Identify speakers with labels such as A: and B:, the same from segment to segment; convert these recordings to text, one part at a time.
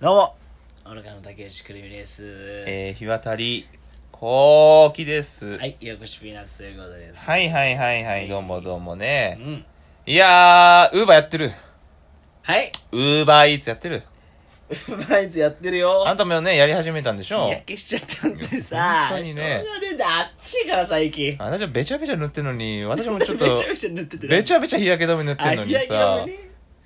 A: どうも、
B: 愚かの竹内くるみです。
C: えー、日渡り、こうきです。
B: はい、よこしピーナッツということです。
C: はいはいはいはい、どうもどうも
B: う
C: ね。
B: ん。
C: いやー、ウーバーやってる。
B: はい。
C: ウーバーイーツやってる。
B: うまいつやってるよ
C: あ。んたもね、やり始めたんでし
B: 日
C: ょ
B: 焼けしちゃったんでさ。
C: 本当にね
B: しょうがねえんだ。あっちいから最近。
C: 私はべちゃべちゃ塗ってるのに、私もちょ っ
B: め
C: と
B: ちゃ、めちゃ塗ってて
C: べち
B: ゃ
C: ゃべちゃ日焼け止め塗ってるのにさ、ね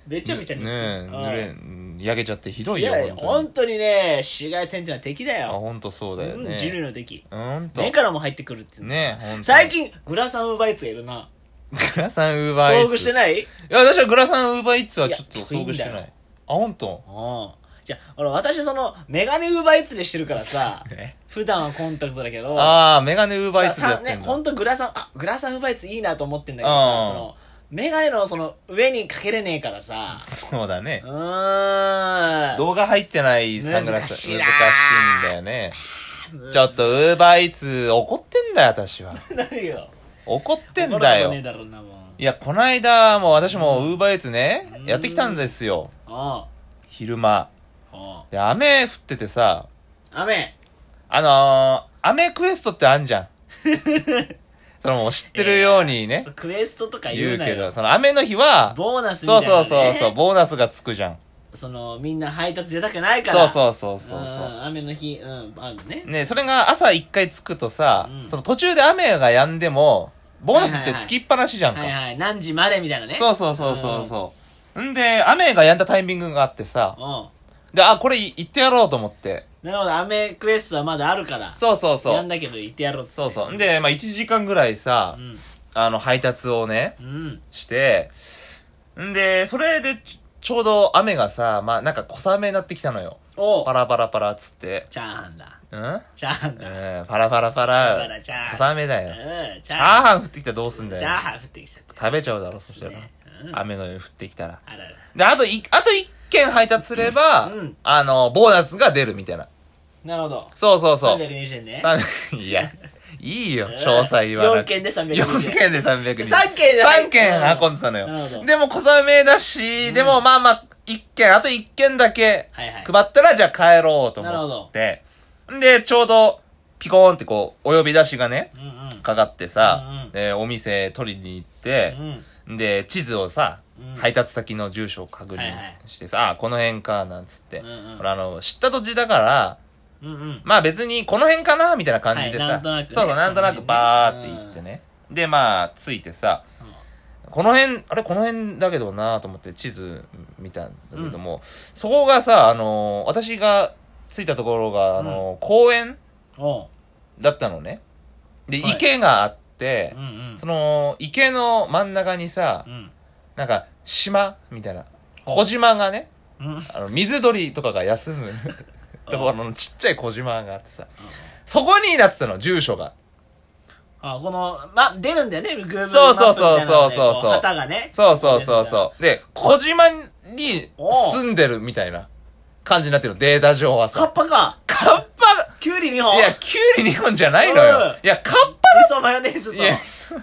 B: めちゃめちゃ塗って
C: え、
B: ああ
C: 塗れん、焼けちゃってひど
B: い
C: いよ、
B: やいや、
C: ほ
B: 本
C: んと
B: 当にね、紫外線ってのは敵だ
C: に。あ、
B: よ。
C: ほんとそうだよ
B: うん人類
C: ね。
B: の敵。
C: ほんと。
B: 目からも入ってくるっていうの。
C: ねえ、ほんと。
B: 最、近、グラサンウーバイツがいるな。
C: グラサンウーバーイ
B: 遭
C: ー
B: 遇し
C: ツ。
B: て
C: い
B: ない
C: や、私はグラサンウーバーイーツはちょっと
B: いや
C: 遭遇し
B: 低
C: て
B: いん
C: な
B: だよ
C: い。あ、ほんと
B: うん。じゃあ、俺、私、その、メガネウーバーイーツでしてるから さ
C: ね、
B: 普段はコンタクトだけど、
C: あー、メガネウーバーイーツでや
B: さ
C: っ
B: ね
C: て、んだ
B: ほ。んとグラサン、あ、グラサンウーバーイーツいいなと思ってんだけどさ
C: う、ん
B: その、メガネのその、上にかけれねえからさ、
C: そうだね
B: う。ーん。
C: 動画入ってないサングラス
B: 難しいな
C: 難しいんだよね。ちょっと、ウーバーイーツ怒ってんだよ、私は。
B: 何よ。
C: 怒ってんだ
B: 怒られたくねえ
C: よ。
B: だろうな、もう。
C: いや、こないだ、もう私もウーバーイーツね
B: うん、
C: やってきたんですよ。
B: う
C: 昼間。
B: ん。うん。
C: で、雨降っててさ、
B: 雨。
C: あのー、雨クエストってあん じゃん。そのもう知ってるようにね
B: そう、クエストとか言
C: 言
B: う
C: う
B: な
C: け
B: よ
C: ど、。その雨の日は、
B: ボーナスみた
C: そ
B: いうな、ね。
C: そうそうそう、ボーナスがつくじゃん。
B: その、みんな配達出たくないか
C: そう
B: ら。う
C: そうそうそうそう。
B: ん雨の日、うん、あるね。
C: ね、それが朝一回つくとさ、
B: うん
C: その途中で雨が止んでも、ボーナスってつきっぱなしじゃんか。
B: はいはい、何時までみたいなね。
C: そうそうそうそうそう。んで、雨が止んだタイミングがあってさ、
B: うん。
C: で、あ、これ行ってやろうと思って。
B: なるほど、アメクエストはまだあるから。
C: そうそうそ
B: やん
C: う。
B: だけど行ってやろうっつって。
C: そうそう。んで、まあ1時間ぐらいさ
B: う、ん。
C: あの、配達をね、
B: うん。
C: して、んで、それでちちょうど雨がさ、まあなんか小雨になってきたのよ。
B: お
C: パラパラパラっつって。
B: チャーハンだ。
C: うんうん、
B: チャーハンだ。
C: パラパラパ
B: パラパ
C: ラ
B: ラチャーハン。
C: 小雨だ
B: うん
C: よ。、
B: チ
C: チ
B: ャー
C: ャー
B: ハン。
C: ハン降ってきたらどうすんだよ
B: チャー。ハン降ってきちゃった。
C: 食べちゃうだろ、そしたら。
B: ねうん
C: 雨の夜降ってきたら。
B: あらら。
C: で、あとい、あと一件配達すれば、
B: うん
C: あの、ボーナスが出るみたいな。
B: なるほど。
C: そうそうそう。
B: 320円ね。
C: 三 いや、いいよ、詳細言わな
B: 4
C: くて。
B: 件で320円。
C: 4件で300人。
B: 三件じゃない
C: 3件運んでたの
B: なるほ
C: よ。
B: ど
C: でも小雨だし、でもまあまあ、1件、あと1件だけ
B: はいはい。
C: 配ったら、じゃあ帰ろうと
B: なるほ
C: 思
B: ど
C: って。で、ちょうど、ピコーンってこう、お呼び出しがね、
B: うんうん。
C: かかってさ、
B: うんうん
C: でお店取りに行って、
B: うん。
C: で、地図をさ、
B: うん
C: 配達先の住所を確
B: はい
C: 認
B: はい
C: してさ、あ、この辺か、なんつって。
B: うんうん
C: ほら、あの、知った土地だから、
B: うんうん。
C: まあ別にこの辺かな、みたいな感じでさ、
B: はいなんとなくね
C: そうそう、なんとなくバーって行ってね。で、まあ、着いてさ、この辺、あれ、この辺だけどなと思って地図見たんだけども、そこがさ、あのー私が着いたところが、あのー公園
B: おう。
C: だったのね。で、
B: はい
C: 池があって、
B: うんうん
C: そ。の、池の真ん中にさ、
B: うん。
C: なんか、島みたいな。小島がね、
B: うん。
C: あの、水鳥とかが休 むところのちっちゃい小島があってさ、そこになってたの、住所が。
B: あ、この、ま、出るんだよね、Google マップみたいなので
C: そうそうそうそうそう
B: こ旗がね。
C: そうそうそうそう。で、小島に住んでるみたいな感じになってるの、データ上は
B: カッ
C: さ。
B: パか。
C: カッパ、
B: キュウリ2本。
C: いや、キュウリ日本じゃないのよ
B: う。
C: いや、カッ
B: 味噌マヨネーズ
C: パ、
B: と。
C: いや、
B: き
C: そう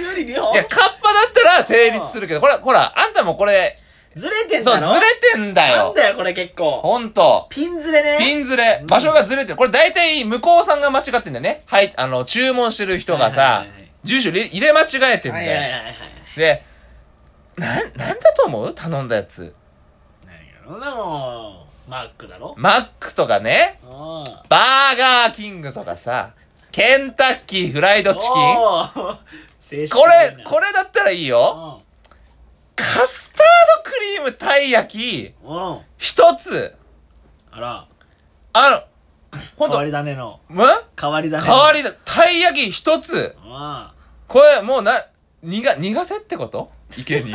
B: ゅうり2本
C: いや、カッパだったら成立するけど、これ、ほら、あんたもこれ、
B: ずれてん
C: そう、
B: だ
C: ず
B: ろ
C: れてんだ
B: なん
C: よ。
B: だよ、これ結構。
C: ほんと。
B: ピンズレね。
C: ピ
B: ン
C: ンズレ、場所がずれてる。これ大体向こうさんが間違ってんだよね。はい、あの、注文してる人が
B: は
C: さ
B: いはいはいはい、
C: 住所入れ入れ間違えてん
B: は
C: だ
B: いはいはい
C: よ。
B: はい。
C: で、なん、なんだと思う頼んだやつ。
B: 何やろなもう、マックだろ
C: マックとかね、
B: うん。
C: バーガーキングとかさ、ケンタッキーフライドチキン
B: おー青春
C: これ、これだったらいいよ。
B: う
C: カスタードクリームたい焼き、
B: ん。うん。
C: 一つ。
B: あら、
C: あの、ほん
B: 変
C: と、
B: わ
C: ん
B: り種の。変わり種の。
C: 変わりだ。たい焼き一つ。
B: あ
C: これ、もうな、逃が、逃がせってこと池に。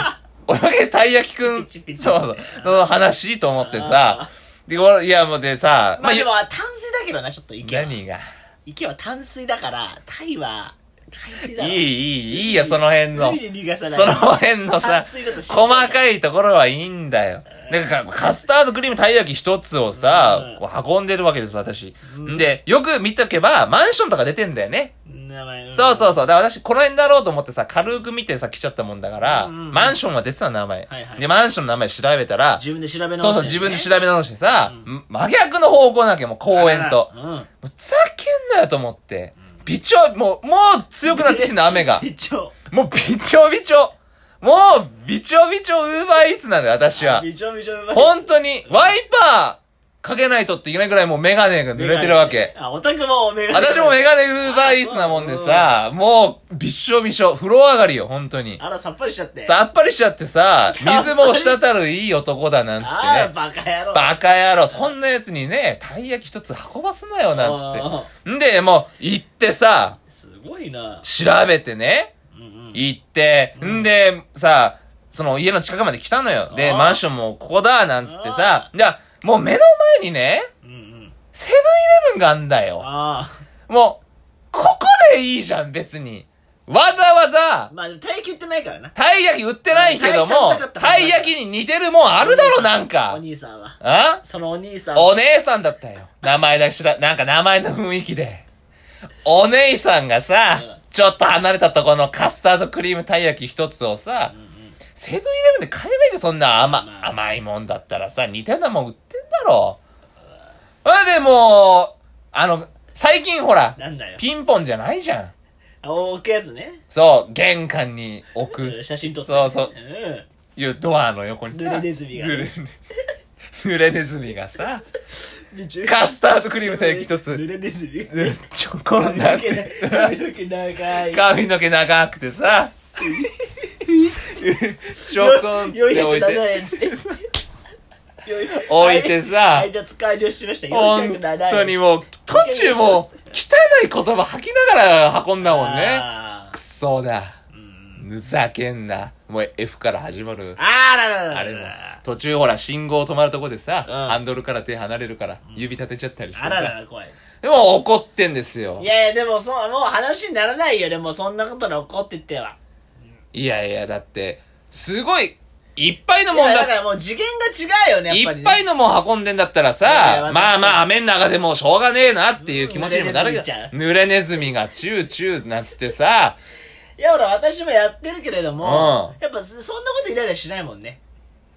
C: おやけたい焼きくん、
B: チピチピチ
C: そうそう、その話いいと思ってさ、で、俺いやもうでさ
B: あ。、まあ、
C: ゆ
B: でも、炭水だけどな、ちょっと池は。
C: 何が、
B: 池は淡水だから、タイは、海水だ
C: い
B: ろ。
C: い、いい、いいよ、その辺の。
B: 海で逃がさ
C: そ
B: ない。
C: の辺の
B: 淡
C: さ、
B: 水だと死んじゃう
C: 細かいところはいいんだよ。なんか、カスタードクリームたい焼き一つをさ
B: うん、
C: こう運んでるわけです、私
B: う。ん
C: で、よく見とけば、マンションとか出てんだよね。
B: うんん名前。ん
C: そうそうそう。だから私、この辺だろうと思ってさ、軽く見てさ、来ちゃったもんだから、
B: うんうんうん
C: マンションが出てたの名前、
B: はいはい
C: で、マンションの名前調べたら、
B: 自分で調べ直して、
C: そうそう、自分で調べ直してさ、真逆の方向なわけよ、もう公園と。
B: あらら。
C: ふざけんなよと思って。びちょ、もう、もう強くなってきてんの、雨 が
B: うん。。一応。
C: もうびちょびちょ。もう、びちょびちょ、ウーバーイーツなんだよ、私は。
B: 一応、一応。
C: 本当に、ワイパーかけないとっていけないぐらいもうメガネが濡れてるわけ。
B: あ、オタクもメガネ。
C: 私もメガネウーバーイーツなもんでさ、もう、びっしょびしょ、風呂上がりよ、本当に。
B: あら、さっぱりしちゃって。
C: さっぱりしちゃってさ、水も滴るいい男だなんつ
B: あ
C: っ
B: あ、
C: てね。
B: バカ野郎。
C: バカ野郎、そんなやつにね、たい焼き一つ運ばすなよ、なんつって。んで、もう、行ってさ、
B: すごいな。
C: 調べてね、
B: うんうん。
C: 行って、んで、さ、その家の近くまで来たのよ。で、
B: あー
C: マンションもここだ、なんつってさ、じゃあ、もう目の前にね、
B: うんうん。
C: セブンイレブンがあんだよ。
B: あ
C: もう、ここでいいじゃん、別に。わざわざ
B: あ。、まあ、でも耐久ってないからな。
C: たい焼き売ってないけども
B: うん、
C: たい焼きに似てるもんあるだろ、なん
B: お
C: か。
B: 兄さんは。
C: あ
B: そのお兄さんは。
C: お姉さんだったよ。名前だけ知ら、なんか名前の雰囲気で。お姉さんがさ
B: うん、
C: ちょっと離れたとこのカスタードクリームたい焼き一つをさ
B: うん、うん
C: セブンイレブンで買えばいいじゃん、そんな甘、
B: まあ
C: 甘いもんだったらさ、似たようなもん売ってんだろ。あでもう、あの、最近ほら、
B: なんだよ。
C: ピンポンじゃないじゃん。
B: あ、置くやつね。
C: そう、玄関に置く。
B: 写真撮って。
C: そうそう
B: うん。
C: いうドアの横にさ、
B: 濡れネズミが
C: 濡れネズミ。濡れネズミがさ、
B: びちゅ
C: カスタードクリームたい焼き一
B: 濡
C: つ、
B: れネズミ。
C: ちょこ んなっ
B: 髪の
C: て、
B: 毛長い髪の毛 長い。
C: 髪の毛長くてさ、ちょこんって置い
B: 407
C: て、
B: 円つって。
C: 置いてさ
B: はい、じゃあ使い了しました。
C: 本
B: 407円。
C: 当にもう、途中もう、汚い言葉吐きながら運んだもんね。
B: あ
C: くそだ。
B: ーうん
C: ふざけんな。もう F から始まる。
B: あーらららら。
C: あれも、 途中ほら、信号止まるとこでさ、
B: うん
C: ハンドルから手離れるから、指立てちゃったりして
B: あらら
C: さ。
B: ら、怖い。
C: でも怒ってんですよ
B: い。やいや、でもそう、もう話にならないよね。もうそんなことで怒ってっては。
C: いやいや、だって、すごい、いっぱいの
B: い
C: もん
B: や
C: だ
B: だ
C: っ
B: からもう次元が違うよね、
C: い
B: やっぱり、ね。
C: っぱいのもん運んでんだったら
B: いやいや
C: さ
B: 私、
C: まあまあ雨の中でもうしょうがねえなっていう気持ちにもなるけど、
B: う
C: 濡れネズミがチューチューなんつってさ、
B: いや、ほら、私もやってるけれども、
C: う
B: やっぱそそんなことイライラしないもんね。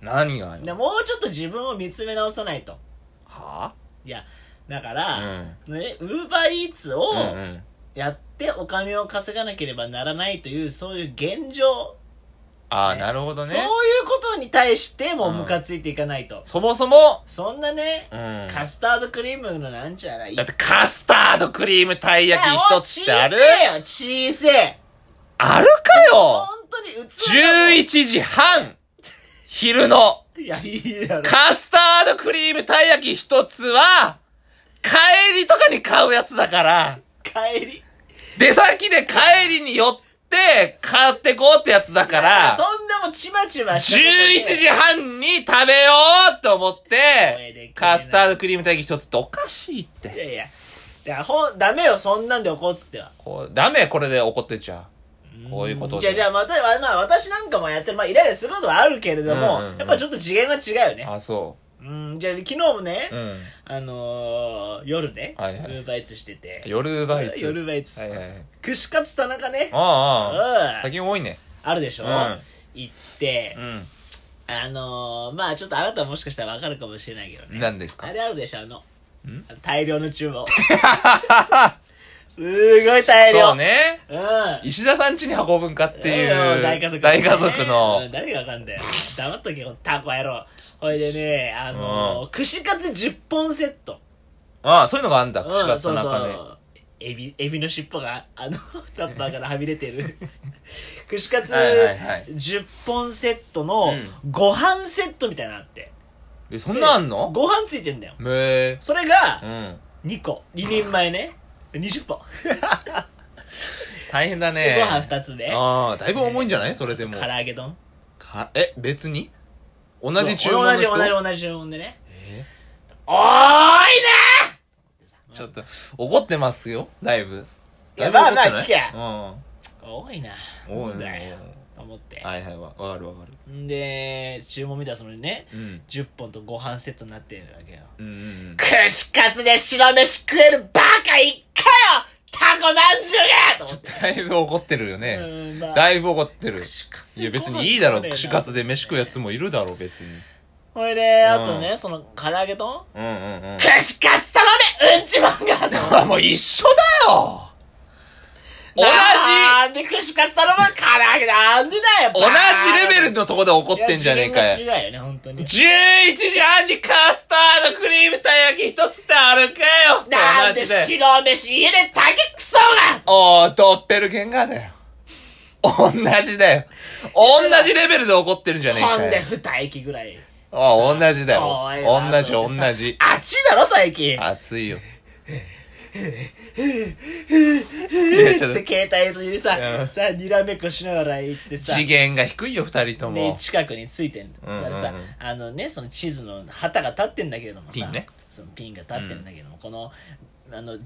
C: 何が
B: で
C: よ。
B: もうちょっと自分を見つめ直さないと。
C: はい
B: や、だか
C: ぁ
B: ら、ね、ウーバーイーツを
C: うん。うんうん。
B: やってお金を稼がなければならないという、そういう現状、
C: ああ、なるほど
B: そうい
C: ね
B: う。ことに対しても
C: うん
B: ムカついていかないと。
C: そもそも、
B: そんなね、
C: うん。
B: カスタードクリームのなんちゃらいい
C: だってカスタードクリームたい焼き一つってある
B: いやもう小せえよ、小せえ。
C: あるか
B: 本
C: よ
B: 当に器が
C: !11 時半昼の
B: いや、いいだろ。
C: カスタードクリームたい焼き一つは帰りとかに買うやつだから
B: 帰り。
C: 出先で帰りに寄って買ってこうってやつだから
B: そんなもんちまちましたことで
C: 11時半に食べようと思っ
B: 声で
C: て
B: かけな
C: カスタードクリームたい焼き一つっておかしいっ
B: い
C: て
B: やいや。だからほん、ダメよ、そんなんで怒っつっては。
C: こうダメこれで怒ってちゃうこういうこと
B: じゃあ、じ
C: で
B: ゃあ、また、まあ、私なんかもやってる、まあ、イライラすることはあるけれども、
C: うんうんうん
B: やっぱちょっと次元が違うよね。
C: あそ
B: うん、じゃあ、昨日もね、
C: ううん
B: あのー、夜ね、
C: はいはい
B: ウーバーイーツしてて。
C: 夜バイツ
B: 夜バイツ。
C: はいはい
B: 串カツ田中ね。
C: ああああ
B: うん
C: 最近多いね
B: あるでしょ、
C: うん
B: 行って
C: う、ん
B: あのー、まあちょっとあなたもしかしたらわかるかもしれないけどね。
C: 何ですか
B: あれあるでしょあの
C: ん
B: 大量の 注文すごい大量
C: そうね
B: うん
C: 石田さん家に運ぶんかってい
B: うん
C: う
B: 大家族
C: 大家族の
B: うん誰がわかんだよ黙っとけこのタコ野郎ほいでねあのー串カツ10本セット
C: ああそういうのがあんだ
B: う
C: 串
B: ん
C: カツ
B: そ
C: 田
B: うそ
C: 中ね
B: うエビエビの尻尾があの タッパーからはみ出て る串カツ
C: はいはいはい
B: 10本セットの
C: うん
B: ご飯セットみたいなのあって
C: えそんなんあんの
B: ご飯ついてんだよ
C: へえ
B: それが
C: うん
B: 2個2人前ね20本
C: 大変だね
B: ご飯2つで
C: ああだいぶ重いんじゃないそれでも
B: 唐揚げ丼
C: かえ別に同じ注文
B: 同
C: の
B: じ
C: 人
B: 同じ同じ注文でね
C: え
B: おーい
C: ーちょっと怒ってますよだいぶ
B: いやまあまあ
C: だいぶ怒ってない
B: 聞けや
C: うん
B: な多いな
C: 多いね
B: なんだよと思って
C: はいはいわわかるわかる
B: んで注文見たらそのね
C: うん
B: 10本とご飯セットになってるわけよ
C: うんうんうん
B: 串カツで白飯食えるバカ一回よタこまんじゅうがと思って。
C: だいぶ怒ってるよね。
B: うんまあ
C: だいぶ怒ってる。
B: 串カツ
C: いや別にいいだろ、
B: ご飯
C: 串カツで飯食うやつもいるだろ、別に。
B: ほいで、
C: うん
B: あとね、その、唐揚げ丼
C: うんうんうん。
B: 串カツ頼めうんちまんがと思って
C: あもう一緒だよ同じ
B: なんで串カツ頼まん唐揚げなんでだよ
C: 同じレベルのとこで怒ってんじゃねえかよ。
B: いや自分が違うよね、本当に。
C: 11時半にカスタードクリームたい焼き一つってあるか
B: な
C: よ
B: んで
C: 同じで。
B: 白飯入れたけくそが
C: おー、ドッペルゲンガーだよ。同じだよ。同じレベルで怒ってるんじゃねえ
B: ほ
C: か
B: ん
C: よ
B: で。二駅ぐらい。
C: あ同じだよ
B: 遠い。な
C: 同じ、
B: と
C: 同
B: 思ってさ
C: じ。
B: 暑いだろ、最近。
C: 熱いよ。
B: つっ
C: ちょっと
B: て携帯入れてさ
C: う、ん
B: さあ、にらめっこしながら行ってさ。
C: 次元が低いよ、二人と
B: ね
C: も、。
B: 近くについてん
C: うんうんうん
B: それさあのねその地図の旗が立ってんだけれどもさ
C: ピンね
B: そのピンが立ってんだけれども、このあのん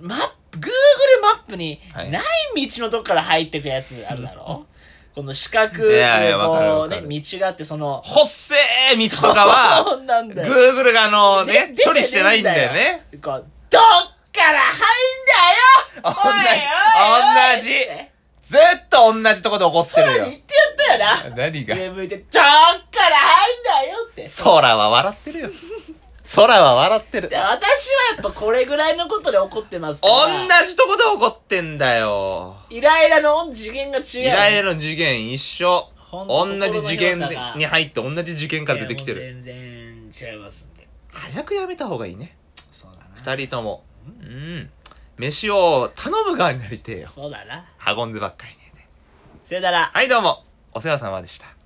B: マップ Google マップに
C: はい
B: ない道のとこから入ってくやつあるだ ろこの四角
C: いやいやわかる
B: こ
C: わ
B: う
C: か
B: ね
C: る
B: 道があってその
C: ほっせー道とかは、
B: そうなんだよ
C: Google があのね
B: で出て、
C: 処理してないんだよね。
B: こうどっから入んだよ
C: 同じ
B: おいおいおい
C: 同じずっと同じとこで怒って
B: 空
C: る
B: に
C: よ
B: 行っ。てやったよな
C: 何が
B: 上向いて、ちょっから入んだよって。で、
C: 空は笑ってるよ。空は笑ってる。
B: 私はやっぱこれぐらいのことで怒ってますから。
C: 同じとこで怒ってんだよ。
B: イライラの次元が違う。
C: イライラの次元一緒。
B: ほんと
C: 同じ次元
B: 心の広さが
C: に入って同じ次元から出てきて
B: いや
C: る。
B: もう全然違いますんで。
C: 早くやめた方がいいね。
B: そうだな。
C: 二人とも。うん。飯を頼む側になりてえよ。
B: そうだな。
C: 運んでばっかりね。
B: せよなら。
C: はい、どうも。お世話様でした。